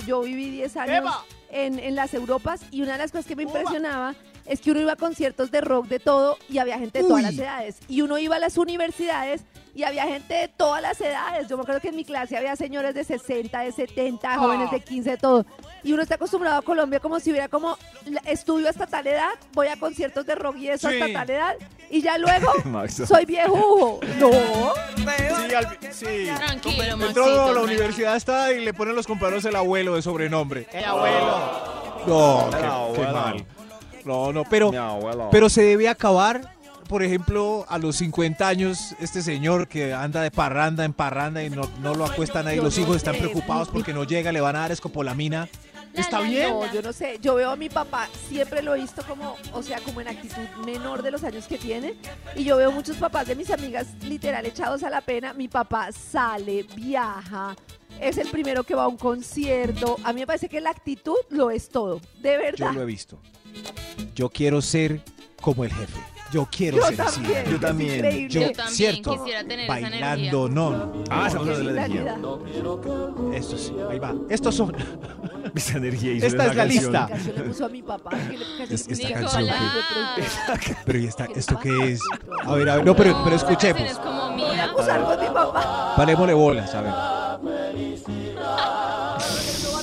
C: yo viví 10 años
E: ¡Eva!
C: en, en las Europas y una de las cosas que me impresionaba es que uno iba a conciertos de rock de todo y había gente de todas las edades. Y uno iba a las universidades y había gente de todas las edades. Yo me acuerdo que en mi clase había señores de 60, de 70, jóvenes de 15, de todo. Y uno está acostumbrado a Colombia como si hubiera como la- estudio hasta tal edad, voy a conciertos de rock y eso hasta tal edad. Y ya luego
D: Max,
C: soy viejujo. No.
E: Sí, al- sí.
F: Tranquilo, Maxito.
E: Entró a la
F: tranquilo.
E: universidad está y le ponen los compañeros el abuelo de sobrenombre.
B: El abuelo.
E: No, qué,
D: No,
E: qué
D: bueno.
E: mal. No, no, pero,
D: mi abuelo.
E: pero se debe acabar, por ejemplo, a los 50 años, este señor que anda de parranda en parranda y no, no lo acuestan ahí. Los hijos están preocupados porque no llega, le van a dar escopolamina.
F: La,
E: ¿Está
F: la,
E: bien?
F: la.
C: No, yo no sé. Yo veo a mi papá, siempre lo he visto como, o sea, como en actitud menor de los años que tiene. Y yo veo muchos papás de mis amigas literal echados a la pena. Mi papá sale, viaja, es el primero que va a un concierto. A mí me parece que la actitud lo es todo,
E: Yo lo
C: de
E: he
C: verdad.
E: visto. Yo quiero ser como el jefe. Yo quiero ser así.
C: también.
D: Yo también.
C: Es increíble.
F: Yo también
E: cierto,
F: quisiera tener esa energía.
E: bailando, no, no.
D: Ah, estamos
C: Qué
D: hablando de la energía.
C: vitalidad.
E: Esto sí, ahí va. Estos son.
D: Esa energía hizo
E: Esta
D: esa
E: es la
D: canción.
E: lista.
C: Yo le puso a mi papá. que le- que
E: Es-
C: le-
E: esta
C: que le-
E: canción
F: Nicolás.
E: Pero ¿y esta, esto qué es? A ver, a ver, no, pero, pero
F: No,
E: escuchemos.
F: esa canción es como mía.
C: Acusar con mi papá
E: Parémosle bolas, a ver.
C: a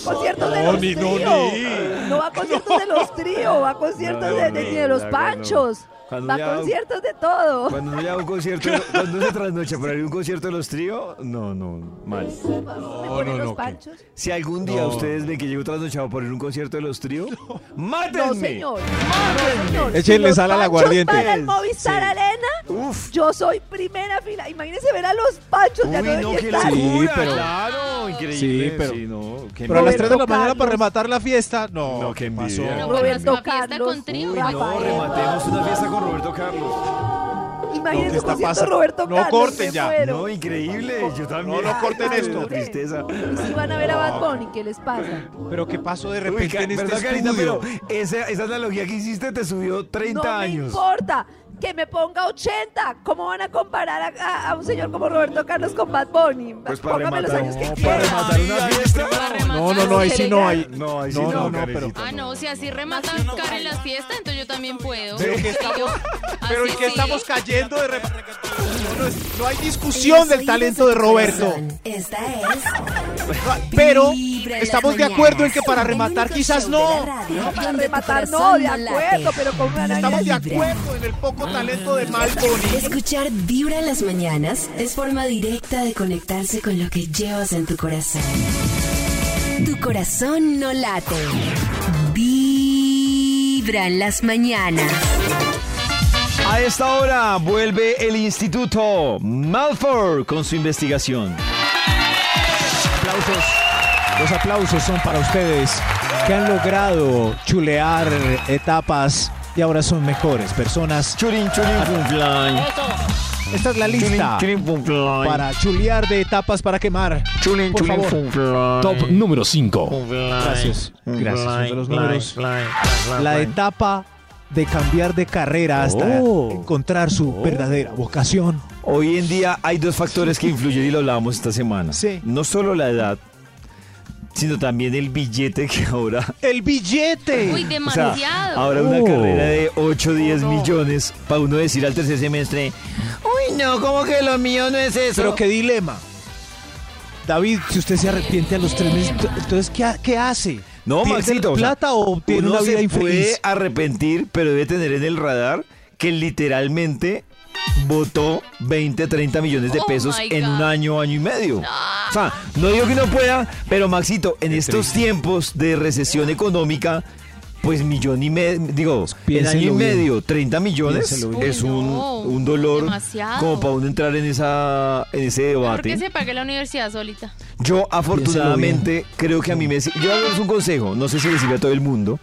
C: conciertos de
E: No,
C: los
E: ni, no,
C: tríos.
E: ni.
C: No va a conciertos de los tríos, va a conciertos
D: No,
C: de,
D: no,
C: de-
D: no,
C: de los
D: la verdad, no.
C: panchos,
D: Cuando
C: va
D: ya-
C: a conciertos de todo.
D: Cuando no le hago un concierto, cuando se trasnocha para ir a un concierto de los tríos, no, no, mal.
C: Me ponen
E: no,
C: los
E: ¿qué?
C: panchos.
D: Si algún día
E: No.
D: ustedes ven que llego trasnochado por ir a un concierto de los tríos, ¡mátenme!
C: No, señor. No, señor.
E: Échenle
C: los
E: sal al
C: Panchos
E: aguardiente.
C: van al Movistar
D: Sí.
C: Arena,
D: ¡Uf!
C: yo soy primera fila. Imagínense ver a los panchos. ya
D: ¡Uy,
C: no,
D: no,
C: debería
D: qué
C: estar.
D: locura!
E: Sí, pero-
D: ¡Claro! Increíble.
E: Sí, pero-
D: no, qué
E: Pero a las
D: envidia.
E: 3 de la mañana para
C: Carlos.
E: rematar la fiesta. No,
D: No, qué envidia.
F: No,
C: Roberto
F: pero es una fiesta
C: Carlos.
F: con trío.
D: Uy, no,
C: Rafael.
D: rematemos una fiesta con Roberto Carlos.
E: No,
C: Imagínense
E: ¿qué
C: un
E: está
C: concierto de
E: pasando?
C: Roberto
E: No
C: Carlos.
E: corten
C: me
E: ya.
C: muero.
D: No, increíble. Yo también.
E: No, no corten
D: Ay,
E: esto.
D: La tristeza.
C: Y si van a ver a Bad Bunny, ¿qué les pasa?
E: Pero ¿qué pasó de
D: Uy,
E: repente
D: Ca-
E: en este
D: ¿verdad, Carita?
E: estudio?
D: Pero esa, esa analogía que hiciste te subió 30
C: no me
D: años.
C: importa. Que me ponga 80. ¿Cómo van a comparar a, a- a un señor como Roberto Carlos con Bad Bunny?
D: Pues para
C: Póngame los
D: rematar-
C: años que
D: no, para
C: quiera.
D: rematar una fiesta.
E: No, no, no, ahí sí no hay.
D: No, ahí sí no,
E: No, no, no, pero.
D: Karencita.
F: Ah, no, si así rematan Karen las fiestas, entonces yo también puedo.
E: Pero que estamos- Pero ¿y
F: es
E: qué estamos cayendo de repente? No, no es- no hay discusión del talento de Roberto. Ah,
A: Esta es
E: Pero
A: Vibra en las
E: estamos de
A: mañanas.
E: acuerdo en que para
A: El
E: rematar
A: único
E: quizás
A: show de la
E: no.
A: radio
C: No, para
A: donde tu
C: rematar, no,
A: corazón
C: de
A: late.
C: acuerdo, pero con una
E: Estamos de
C: análisis
E: acuerdo en el poco talento de Malboni.
A: Escuchar Vibra en las mañanas es forma directa de conectarse con lo que llevas en tu corazón. Tu corazón no late. Vibra en las mañanas.
D: A esta hora vuelve el Instituto Malfour con su investigación.
E: aplausos. Los aplausos son para ustedes que han logrado chulear etapas y ahora son mejores personas.
D: Churin, churin, pum, flan.
E: Esta es la
D: Churin,
E: lista
D: churin, pum, flan.
E: para chulear de etapas para quemar.
D: Churin,
E: Por
D: churin,
E: favor.
D: pum, flan.
H: Top número 5.
E: Gracias. Gracias. Son de los números. La etapa de cambiar de carrera hasta
H: Oh.
E: encontrar su verdadera vocación.
D: Hoy en día hay dos factores que influyen y lo hablábamos esta semana.
E: Sí.
D: No solo la edad, sino también el billete que ahora
E: ¡El billete!
F: Uy,
D: O sea,
F: demasiado.
D: ahora una
E: Oh.
D: carrera de 8 o 10 millones para uno decir al tercer semestre, uy, no, como que lo mío no es eso.
E: Pero qué dilema. David, si usted se arrepiente a los tres meses, ento- entonces, ¿qué, ha- qué hace?
D: no,
E: ¿Pierde
D: Maxito, o sea,
E: plata o tiene
D: uno
E: una vida
D: se puede
E: infeliz?
D: arrepentir, pero debe tener en el radar que literalmente votó 20, 30 millones de
F: Oh
D: pesos
F: my
D: en un
F: God.
D: año, año y medio. O sea, no digo que no pueda, pero Maxito, en estos tiempos de recesión económica, pues millón y medio, digo, en
E: Piénselo
D: año y
E: bien.
D: medio, 30 millones
E: Piénselo bien.
D: es
F: Uy,
D: un,
F: no,
D: un dolor
F: demasiado.
D: como para uno entrar en, esa, en ese debate.
F: ¿Por qué se pague la universidad solita?
D: Yo afortunadamente creo que a mí me sir- yo es un consejo, no sé si le sirve a todo el mundo,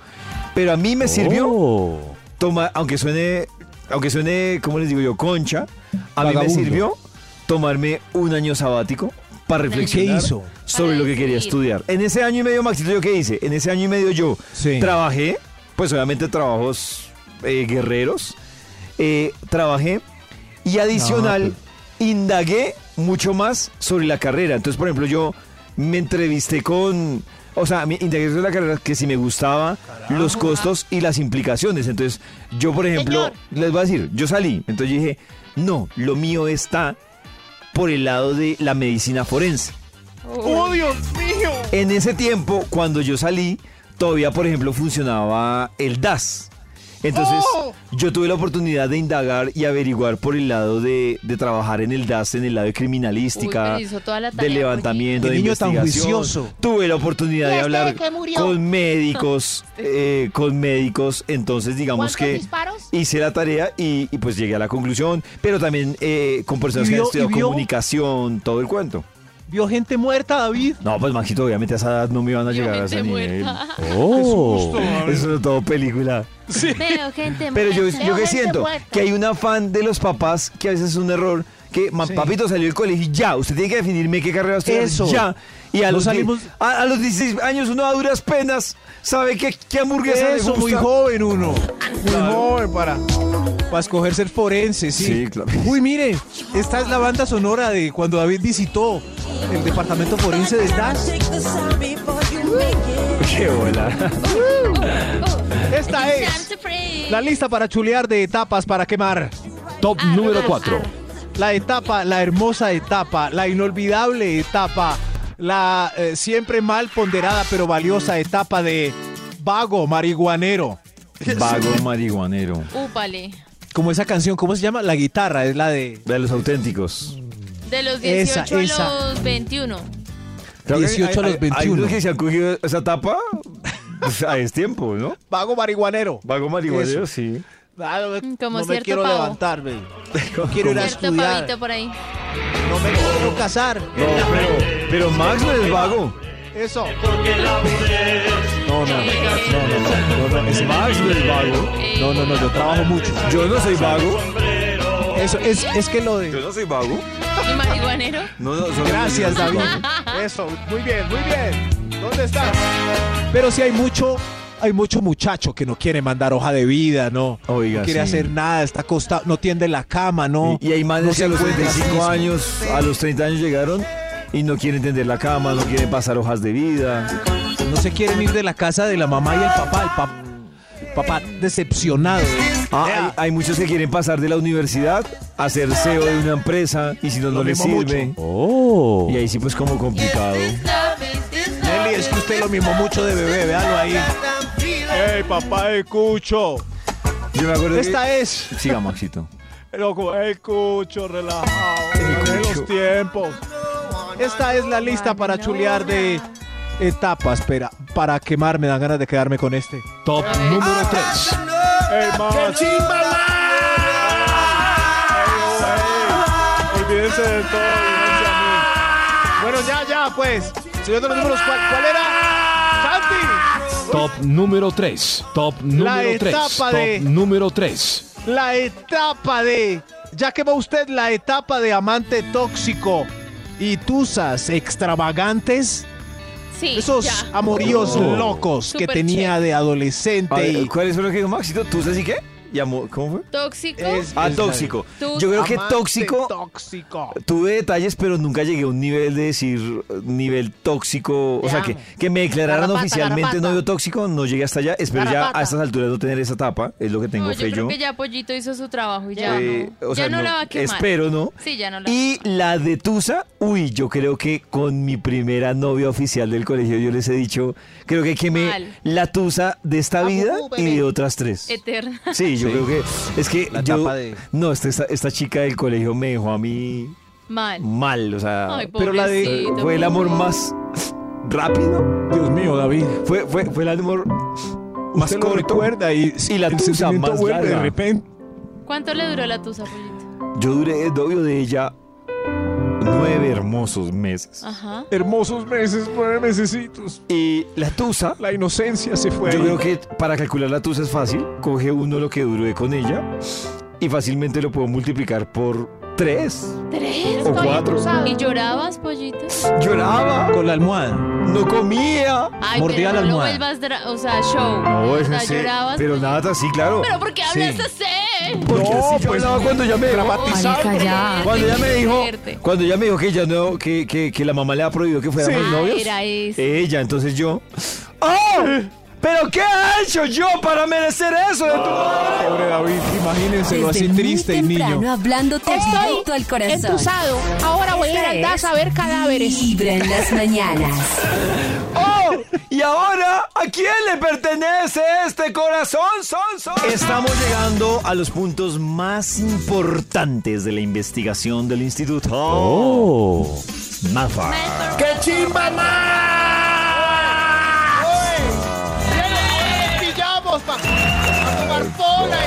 D: pero a mí
E: Oh.
D: me sirvió tomar aunque suene aunque suene como les digo yo concha, a mí me
E: Vagabundo.
D: sirvió tomarme un año sabático para
F: año.
D: reflexionar
E: ¿Qué hizo?
D: sobre
F: Para
D: lo que quería
F: decidir.
D: estudiar. En ese año y medio Maxito yo qué hice? En ese año y medio yo
E: Sí.
D: trabajé, pues obviamente trabajos eh, guerreros, eh, trabajé y adicional indagué mucho más sobre la carrera. Entonces, por ejemplo, yo me entrevisté con, o sea, me indagué sobre la carrera que si me gustaba, los costos y las implicaciones. Entonces, yo, por ejemplo,
G: Señor.
D: les voy a decir, yo salí, entonces yo dije, no, lo mío está por el lado de la medicina forense.
B: ¡Oh, Dios mío!
D: En ese tiempo, cuando yo salí, todavía, por ejemplo, funcionaba el DAS. Entonces,
B: ¡Oh!
D: yo tuve la oportunidad de indagar y averiguar por el lado de, de trabajar en el DAS, en el lado de criminalística,
F: Uy, pero hizo toda la
D: de
F: tarea,
D: levantamiento,
E: Qué
D: de
E: niño tan
D: investigación.
E: juicioso.
D: Tuve la oportunidad
G: ¿Y
D: de
G: este
D: hablar
G: de qué murió?
D: con médicos, eh, con médicos. Entonces, digamos
G: ¿Cuántos
D: que
G: disparos?
D: hice la tarea y, y, pues llegué a la conclusión, pero también eh, con personas
E: ¿Y
D: que han
E: vio- y
D: estudiado
E: vio?
D: comunicación, todo el cuento.
E: ¿Vio gente muerta, David?
D: No, pues Maxito, obviamente a esa edad no me iban a
F: Yo
D: llegar a ese
F: gente
D: nivel. Oh,
F: muerta.
D: Eso es todo película.
F: Veo gente
D: Pero yo,
F: muerta.
D: yo
G: gente
D: que siento
G: muerta.
D: que hay un afán de los papás que a veces es un error. Que ma- papito salió del colegio y ya, usted tiene que definirme qué carrera estudiar
E: Eso.
D: ya. Y a
E: No
D: los, die-
E: salimos-
D: a, a los 16 años uno a duras penas sabe qué, qué hamburguesa le
E: Eso, muy
D: gusta.
E: joven uno. Muy joven para, para escoger ser forense, sí.
D: Sí, claro.
E: Uy, mire, esta es la banda sonora de cuando David visitó el departamento forense de DAS.
D: Qué bola.
F: Oh.
E: Esta es la lista para chulear de etapas para quemar.
H: Top
F: Ah,
H: número 4.
E: La etapa, la hermosa etapa, la inolvidable etapa, la eh, siempre mal ponderada pero valiosa etapa de vago marihuanero.
D: Vago marihuanero.
F: Úpale.
E: Como esa canción, ¿cómo se llama? La guitarra, es la de...
D: De los auténticos.
F: De los 18
E: Esa,
F: a
E: esa.
F: los 21.
D: Claro que
E: 18 a
D: hay-
E: los
D: hay- Hay
E: 21.
D: unos que se han cogido esa tapa pues, a es tiempo, ¿no?
E: Vago marihuanero.
D: Vago marihuanero, sí.
E: Ah, no me-
F: Como
E: no me
F: cierto
E: quiero
F: pavo.
E: levantar, baby. No quiero ir a
F: Cierto
E: estudiar.
F: pavito por ahí.
E: No me quiero casar.
D: No, pero, pero Max no es vago.
E: Eso.
D: No, no, no, no, no, no, es Max no es vago.
E: No, no, no, yo trabajo mucho.
D: Eh, Yo no soy vago.
E: Eso, es, es que lo de.
D: no soy vago.
F: ¿Y marihuanero?
D: No, no, solo-
E: Gracias, David.
B: Eso, muy bien, muy bien. ¿Dónde estás?
E: Pero sí hay mucho, hay mucho muchacho que no quiere mandar hoja de vida, no.
D: Oiga,
E: no quiere
D: sí.
E: hacer nada, está acostado, no tiende la cama, no.
D: Y, y hay manes
E: no
D: que a los
E: encuentra a sí
D: 35
E: mismo.
D: años, a los 30 años llegaron y no quieren tender la cama, no quieren pasar hojas de vida.
E: No se quieren ir de la casa de la mamá y el papá, el pap- papá decepcionado.
D: Ah, hay- hay, muchos que quieren pasar de la universidad a ser CEO de una empresa y si no, no les
E: mismo
D: sirve. Y ahí sí, pues como complicado.
E: Nelly, es que usted lo mismo mucho de bebé, véalo ahí. ¡Ey, papá, escucho!
D: Yo me acuerdo que...
E: Esta es.
D: Siga, Maxito.
E: Loco, escucho, relajado.
D: El
E: En
D: cucho.
E: los tiempos. Esta es la lista para chulear de etapas. Espera, para quemar me dan ganas de quedarme con este.
H: Top número 3.
E: Olvídense de todo.
B: Bueno, ya, ya, pues. Señor de los números, ¿cuál, cuál era?
H: Top número 3. Top número 3.
E: etapa
H: Top
E: de-
H: número 3.
E: La etapa de. Ya que va usted la etapa de amante tóxico y tusas extravagantes,
F: Sí,
E: esos
F: ya.
E: amoríos
D: Oh.
E: locos que
F: Súper
E: tenía de
D: A
E: adolescente
D: ver,
E: y
D: ¿Cuáles fueron los que dijo Maxito? ¿Tú sabes y qué? ¿Y amor- ¿Cómo fue?
F: Tóxico.
E: Es-
D: Ah,
E: la-
D: tóxico.
F: Tú-
D: Yo creo que
E: Amante
D: tóxico
E: Tóxico.
D: Tuve detalles, pero nunca llegué a un nivel de decir eh, nivel tóxico. O sea, que, que me declararan
G: Garrapata,
D: oficialmente
G: garrapata.
D: novio tóxico, no llegué hasta allá. Espero ya
G: Garrapata.
D: a estas alturas no tener esa etapa, es lo que tengo
F: No,
D: fe
F: yo
D: yo.
F: creo que ya Pollito hizo su trabajo y ya
D: Eh,
F: no.
D: o sea,
F: ya no, la va a quemar.
D: Espero, ¿no?
F: Sí, ya no la
D: Y la de Tusa, uy, yo creo que con mi primera novia oficial del colegio, yo les he dicho, creo que quemé
F: Mal. Eh,
D: la Tusa de esta vida y de otras tres.
F: Eterna.
D: Sí, yo
E: Sí.
D: creo que. Es que
E: La
D: yo.
E: tapa de-
D: No, esta, esta, esta chica del colegio me dejó a mí
F: Mal.
D: mal. O sea,
F: Ay,
D: pero la de.
F: pobrecito,
D: Fue el amor
F: pobrecito.
D: más rápido.
H: Dios mío, David.
D: Fue, fue, fue el amor más
H: Usted lo
D: corto.
H: recuerda y,
D: Y la tusa
H: sentimiento
D: más
H: vuelve
D: larga.
H: de repente.
F: ¿Cuánto le duró la tusa, Pollito?
D: Yo duré de novio de ella nueve hermosos meses.
F: Ajá.
H: Hermosos meses, nueve mesecitos.
D: Y la tusa.
H: La inocencia se fue.
D: Yo
H: ahí.
D: creo que para calcular la tusa es fácil. Coge uno lo que duré con ella y fácilmente lo puedo multiplicar por tres
F: ¿Tres?
D: o cuatro.
F: ¿Y llorabas, Pollito?
D: Lloraba,
E: Con la almohada.
D: no comía.
F: Ay,
E: Mordía la
F: pero no lo
E: almohada.
F: vuelvas, dra- o sea, show.
D: No,
F: O
D: es
F: sea,
D: en serio.
F: llorabas.
D: Pero
F: Pollito.
D: nada, sí, claro.
F: Pero ¿por qué hablas
D: Sí.
F: así?
D: Porque
H: No,
D: así yo
H: pues,
D: hablaba cuando ya me
F: Marica, ya.
D: Cuando ya me dijo,
F: Fuerte.
D: cuando ya me dijo que ya no, que, que, que la mamá le ha prohibido que fuéramos
F: Ah,
D: novios.
F: era eso.
D: Ella, entonces yo. ¡Oh! ¿Pero qué ha hecho yo para merecer eso de tu madre?
E: Pobre David, imagínenselo
A: Desde
E: así
A: muy
E: triste y
A: temprano
E: niño.
A: hablándote directo al corazón.
G: Entusado. Ahora voy a ir a
A: Esta
G: Aldaz
A: es
G: a ver cadáveres.
A: Vibra en las mañanas.
D: ¡Oh! ¿Y ahora a quién le pertenece este corazón? Son, son. Estamos llegando a los puntos más importantes de la investigación del instituto. ¡Oh!
F: ¡Qué
B: pillamos pa- a tomar pola.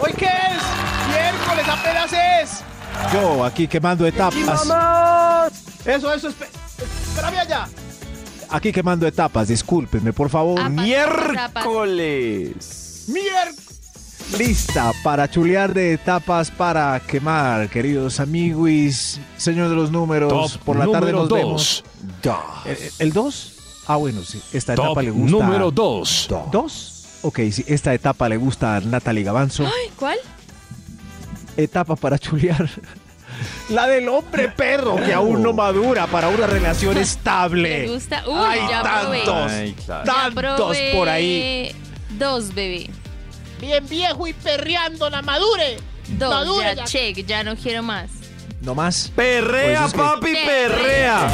B: ¿Hoy qué es? Miércoles apenas es.
E: Yo aquí quemando etapas.
B: Eso, eso, espe- espérame allá.
E: Aquí quemando etapas, discúlpenme, por favor.
F: Ah.
D: Miércoles.
E: Lista para chulear de etapas para quemar, queridos amigos. Señor de los números,
H: Top
E: por la tarde
H: número
E: nos
H: dos.
E: vemos. ¿El- ¿El 2? Ah, bueno, sí. Esta
H: Top
E: etapa le gusta.
H: número 2.
E: ¿Dos? Ok, sí. Esta etapa le gusta a Natalie Gavanzo.
F: ¿Cuál?
E: etapa para chulear. Oh. La del hombre perro que aún no madura para una relación
F: ¿Te
E: estable.
F: gusta? Uy,
E: Eh, Hay
F: ya probé.
E: tantos,
D: Ay, claro.
F: Ya
E: tantos
F: probé
E: por ahí.
F: Dos, bebé.
G: Bien viejo y perreando la madure.
F: Dos.
G: Madura
F: ya,
G: ya.
F: check, ya no quiero más.
E: No más.
D: Perrea,
E: Pues es que-
D: papi, perrea.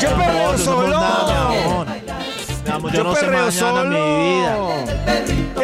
D: Yo perreo solo. Yo perreo solo.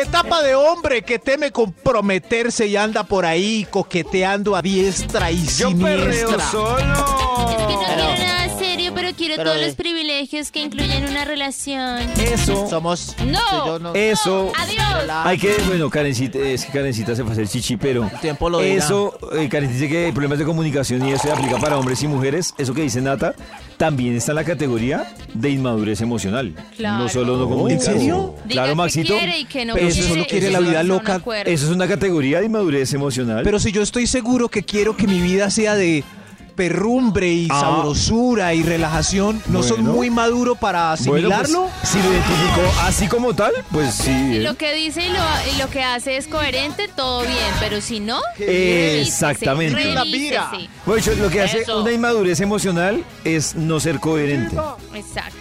E: Etapa de hombre que teme comprometerse y anda por ahí coqueteando a diestra y
D: Yo perreo
E: siniestra.
F: Es que no
D: solo.
F: quiero nada serio, pero quiero todos los privilegios que incluyen una relación.
D: Eso,
E: Somos
F: ¡No!
E: yo no-
D: eso.
F: ¡Adiós!
D: Hay que, bueno, Karencita, es que Karencita se pasa el chichi, pero
E: tiempo lo dirá.
D: eso, eh, Karen dice que problemas de comunicación y eso se aplica para hombres y mujeres, eso que dice Nata, también está en la categoría de inmadurez emocional.
F: Claro.
D: No solo no
E: ¿En
D: comunicarse.
E: serio?
F: Diga
D: Claro,
F: que
D: Maxito.
F: quiere y que no
D: pero eso
F: quiere,
D: solo quiere
F: eso
D: la
F: no
E: vida
F: es un
E: loca.
F: acuerdo.
D: Eso es una categoría de inmadurez emocional.
E: Pero si yo estoy seguro que quiero que mi vida sea de perrumbre y
D: Ah.
E: sabrosura y relajación, ¿no soy
D: Bueno.
E: muy maduro para
D: Bueno, pues,
E: asimilarlo?
D: si lo identificó así como tal, pues sí.
F: Y
D: eh.
F: lo que dice y lo, y lo que hace es coherente, todo bien, pero si no, revísese,
D: Exactamente.
F: revísese.
D: Bueno, de hecho, lo que hace
F: Eso.
D: una inmadurez emocional es no ser coherente.
F: Exacto.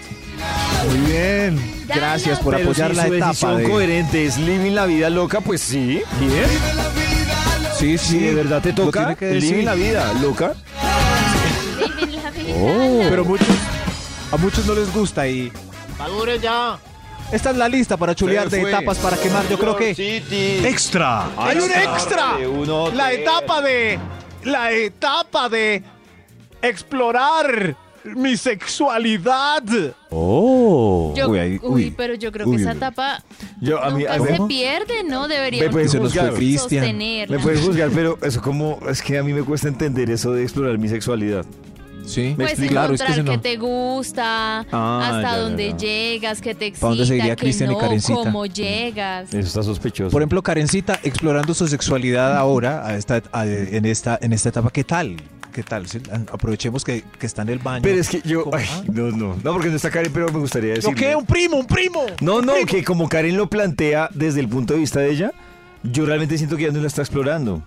E: Muy bien. Gracias por
D: Pero
E: apoyar
D: si
E: la
D: su
E: etapa.
D: decisión
E: de-
D: coherente es living la vida loca, pues sí, bien.
E: Sí,
D: Si de verdad te
E: lo
D: toca,
E: tiene que
D: living
E: decir.
D: la vida loca.
F: Vive la vida.
E: Pero muchos, a muchos no les gusta y
B: Madure ya.
E: esta es la lista para chulear
D: Se
E: de
D: fue.
E: etapas para quemar. Yo creo que
H: Extra.
B: ¡Hay un extra!
D: Uno,
B: La
D: tres.
B: etapa de. La etapa de. Explorar mi sexualidad.
F: Yo-
E: Uy,
F: uy,
E: ahí- uy.
F: pero yo creo
E: Uy,
F: que esa
E: uy.
F: etapa
D: Yo, a mí,
F: nunca
D: a
F: se
D: ver,
F: pierde, ¿no?
D: Me puedes
F: Deberíamos
E: Eh, pues, se nos fue
D: juzgar.
E: Cristian.
F: sostenerla.
D: Me puedes juzgar, pero eso como es que a mí me cuesta entender eso de explorar mi sexualidad.
E: Sí,
F: Pues
E: claro, es
F: encontrar
E: que se
F: que,
E: no.
F: te gusta,
D: Ah,
F: hasta
D: ya, ya,
F: dónde
D: ya.
F: llegas, que te
E: ¿Pa' dónde seguiría
F: excita, que
E: Cristian y
F: no,
E: Karencita?
F: cómo llegas.
D: Eso está sospechoso.
E: Por ejemplo, Karencita explorando su sexualidad ahora a esta, a- en, esta, en esta etapa, ¿qué tal? ¿Qué tal? Sí, Aprovechemos que, que está en el baño.
D: pero es que yo,
E: ¿Cómo?
D: ay,
E: Ah.
D: no, no, no porque no está Karen, pero me gustaría
E: ¿Yo
D: decir.
E: qué? ¿Un primo? ¿Un primo?
D: No, no, que como Karen lo plantea desde el punto de vista de ella, yo realmente siento que ella no la está explorando.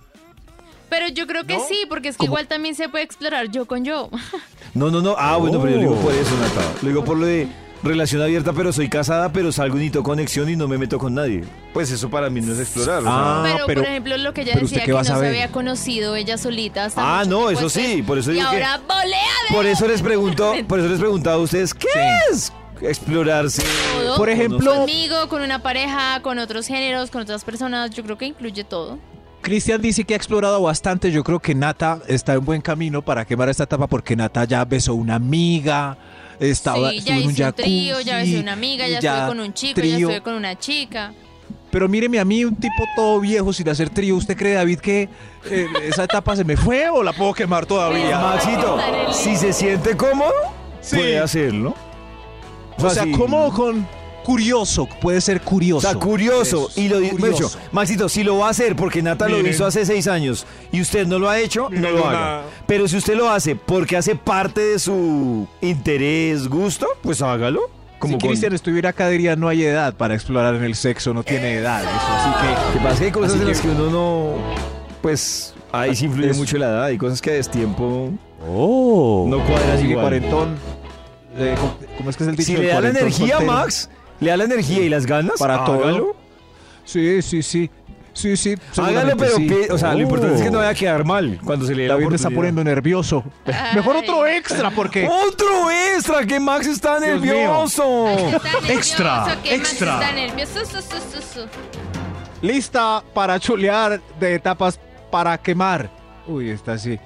F: Pero yo creo que sí, porque es que igual también se puede explorar yo con yo.
D: No, no, no. Ah, bueno, pero yo lo digo
E: Oh.
D: por eso, Nata. Lo digo por lo de relación abierta, pero soy casada, pero salgo y necesito conexión y no me meto con nadie. Pues eso para mí no es explorar. o sea.
E: Ah,
F: pero,
E: pero-
F: por ejemplo, lo que ella
E: pero usted
F: decía
E: qué
F: que
E: va a
F: no se
E: saber.
F: había conocido ella solita hasta
D: Ah,
F: mucho
D: no,
F: tiempo
D: eso sí,
F: después.
D: por eso digo
F: y
D: que-
F: ahora volea de
D: Por eso les pregunto, por eso les preguntaba a ustedes, ¿qué es? explorarse.
F: Todo.
E: Por ejemplo,
F: Conmigo, con una pareja, con otros géneros, con otras personas, yo creo que incluye todo.
E: Cristian dice que ha explorado bastante. Yo creo que Nata está en buen camino para quemar esta etapa porque Nata ya besó una amiga. Estaba,
F: sí,
E: estuvo
F: ya
E: en
F: hice un trío,
E: jacuzzi,
F: ya besé una amiga, ya, estuve con un chico, ya
E: trío.
F: estuve con una chica.
E: Pero míreme a mí, un tipo todo viejo sin hacer trío. ¿Usted cree, David, que eh, esa etapa se me fue o la puedo quemar todavía?
D: Maxito, si se siente cómodo,
E: Sí.
D: puede hacerlo.
E: O sea,
D: sí.
E: ¿cómo con curioso? Puede ser
D: O
E: curioso.
D: sea, curioso.
E: Eso,
D: Y lo dicho,
E: curioso.
D: Maxito, si lo va a hacer porque Nata lo
H: Miren.
D: hizo hace seis años y usted no lo ha hecho, no
H: Miren
D: lo
H: una-
D: haga. Pero si usted lo hace porque hace parte de su interés, gusto, pues hágalo. Como
E: si
D: con-
E: Cristian estuviera acá, diría no hay edad para explorar en el sexo, no tiene edad. Eso, así que
D: que pasa que hay cosas
E: Así
D: en
E: que-
D: las que uno no. Pues ahí sí influye
E: Eso.
D: mucho la edad. Hay cosas que a destiempo
E: Oh.
D: No cuadras
E: Sigue
D: igual.
E: cuarentón. Eh, ¿cómo- ¿Cómo es que es el dicho?
D: Si
E: El
D: le da la
E: cuarentón
D: energía,
E: soltero.
D: Max, le da la energía y las ganas
E: Para todo.
D: hágalo.
E: Sí, sí, sí. Sí, sí.
D: Hágalo,
E: seguramente
D: pero
E: sí. Oh.
D: pi- o sea, lo importante es que no vaya a quedar mal cuando se le dé la
E: David me está
D: oportunidad. Oh.
E: poniendo nervioso. Eh, Mejor otro extra, porque.
D: Otro extra que Max está
E: Dios mío.
D: nervioso.
H: Extra, extra.
F: Está nervioso, su, su, su, su.
E: Lista para chulear de etapas para quemar. Uy, está así.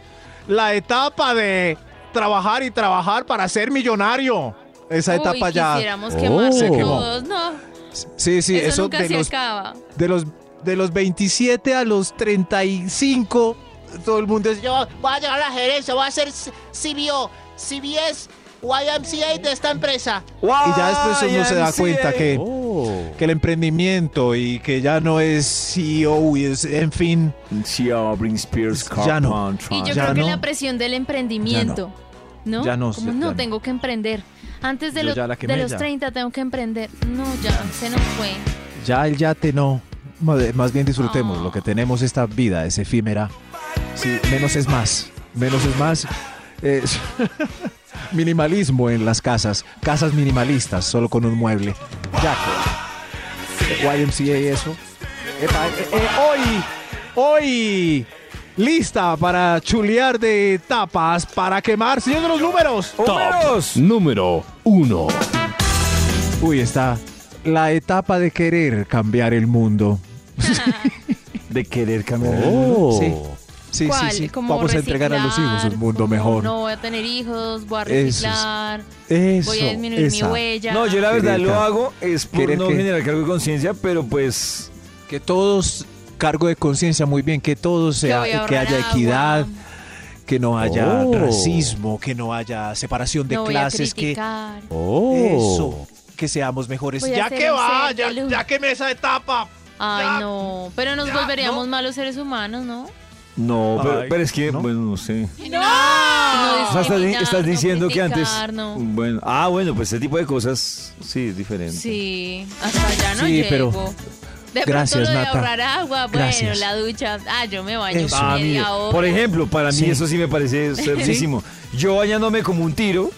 E: La etapa de trabajar y trabajar para ser millonario. Esa
F: Uy,
E: etapa ya. Oh,
F: Quisiéramos quemar
E: Se quemó.
F: todos, no.
E: Sí, sí,
F: eso,
E: eso,
F: nunca
E: de
F: se
E: los
F: acaba.
E: De los, de los 27 a los 35, todo el mundo es.
G: Yo voy a llegar a la gerencia, voy a ser C- CBO, CBS, YMCA de esta empresa.
E: Y ya después uno se da cuenta que,
D: Oh.
E: que el emprendimiento y que ya no es CEO y es, en fin.
D: Britney Spears,
E: Ya no.
D: Carpenter.
F: Y yo
E: Ya
F: creo que
E: no.
F: la presión del emprendimiento. ¿No?
E: Ya no,
F: Como,
E: ya
F: no,
E: no.
F: tengo que emprender. Antes de,
E: Yo
F: los-
E: ya la quemé,
F: de los
E: ya.
F: 30 tengo que emprender. No, ya, se nos fue.
E: Ya el yate no. Made- Más bien disfrutemos
F: Ah.
E: lo que tenemos. Esta vida es efímera. Sí, menos es más. Menos es más. Es minimalismo en las casas. Casas minimalistas, solo con un mueble. Ya. que- YMCA eso. Epa, eh, eh, hoy, hoy, lista para chulear de tapas, para quemar. Señor de los números.
H: Top número uno.
E: Uy, está la etapa de querer cambiar el mundo.
D: De querer cambiar.
E: Sí. Sí,
F: ¿Cuál?
E: sí, sí.
F: Como
E: Vamos a entregar a los hijos
F: reciclar,
E: un mundo
F: como
E: mejor.
F: No voy a tener hijos, voy a
E: Eso es-
F: reciclar,
E: Eso,
F: voy a disminuir
E: esa.
F: mi huella.
D: No, yo la verdad
E: Querer
D: lo
E: ca-
D: hago es por
E: querer
D: no
E: que-
D: generar cargo de conciencia, pero pues
E: Que todos, cargo de conciencia muy bien, que todo sea,
F: voy a
E: que
F: ahorrar
E: haya
F: agua.
E: equidad, que no haya
H: Oh.
E: racismo, que no haya separación de
F: no voy a
E: clases, que Oh.
F: criticar.
E: eso, que seamos mejores.
F: Voy a
E: Ya
F: hacer
E: que
F: un
E: va,
F: ser de
E: ya,
F: luz.
E: ya quemé esa etapa.
F: Ay, no. Pero nos volveríamos malos seres humanos, ¿no?
D: no, pero,
E: Ay,
D: pero es que
E: ¿no?
D: bueno, no sé.
F: No
D: O sea, estás, di-
F: discriminar,
D: estás
F: no
D: diciendo que antes
F: criticar, no.
D: bueno, ah, bueno, pues ese tipo de cosas sí es diferente.
F: Sí, hasta allá no
E: Sí, pero-
F: llego. de
E: Gracias,
F: pronto lo de
E: Nata.
F: ahorrar agua,
E: Gracias.
F: bueno, la ducha. Ah, yo me baño
E: Eso.
F: con
D: Ah, mire,
F: media hora.
D: por ejemplo, para mí
E: Sí.
D: eso sí me parece hermosísimo. Yo bañándome como un tiro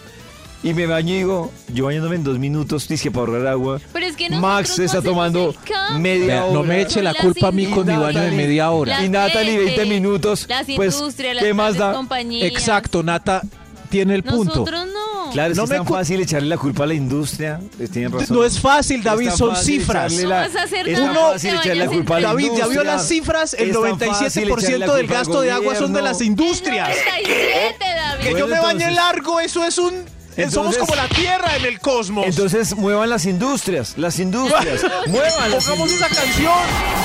D: y me baño y digo, yo bañándome en dos minutos, dice para ahorrar agua.
F: Pero es que
D: Max
F: nosotros
D: se está
F: hacemos
D: tomando
F: el cambio.
D: media
E: Vea,
D: hora.
E: no me eche la
F: Las
E: culpa a mí con mi baño de
D: industrias,
E: media hora.
F: las
D: y Natalie, 20
F: redes,
D: minutos,
F: Las
D: pues,
F: industrias,
D: ¿qué
F: las
D: más
F: grandes
D: da?
F: compañías.
E: Exacto, Nata tiene el punto.
F: Nosotros no.
D: Claro, es
E: No
D: que
E: me
D: es tan
E: cu-
D: fácil echarle la culpa a la industria. pues, Tienen razón.
E: No es fácil, David,
D: Es tan
E: son
D: fácil
E: cifras.
D: echarle
F: No
D: la-
F: vas a hacer
D: es
F: nada,
D: tan
F: no
D: fácil
F: te
D: echarle la
F: bañas en
D: culpa a la
E: David, ya vio
D: industria.
E: las cifras,
D: Es tan
E: el
D: fácil echarle
E: 97%
D: la
E: del
D: culpa al
E: gasto de agua son de
D: gobierno.
E: las industrias.
F: 97, David.
E: Que yo me
D: Bueno,
E: bañé
D: entonces-
E: largo, eso es un...
D: Entonces-
E: somos como la tierra en el cosmos.
D: Entonces muevan las industrias, las industrias, muevan las
E: Pongamos esa canción.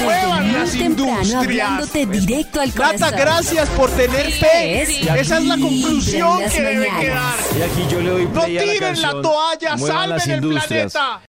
E: Muevan
A: Desde
E: las
A: muy temprano
E: industrias.
A: hablándote directo al corazón.
E: Nata, gracias por tener fe.
A: es
E: Esa es la
A: aquí,
E: conclusión
A: en las
E: que debe
A: mañanas.
E: quedar.
D: Y aquí yo le doy
E: No
D: play a la
E: tiren la
D: canción,
E: toalla,
D: muevan las
E: salven el
D: industrias.
E: planeta.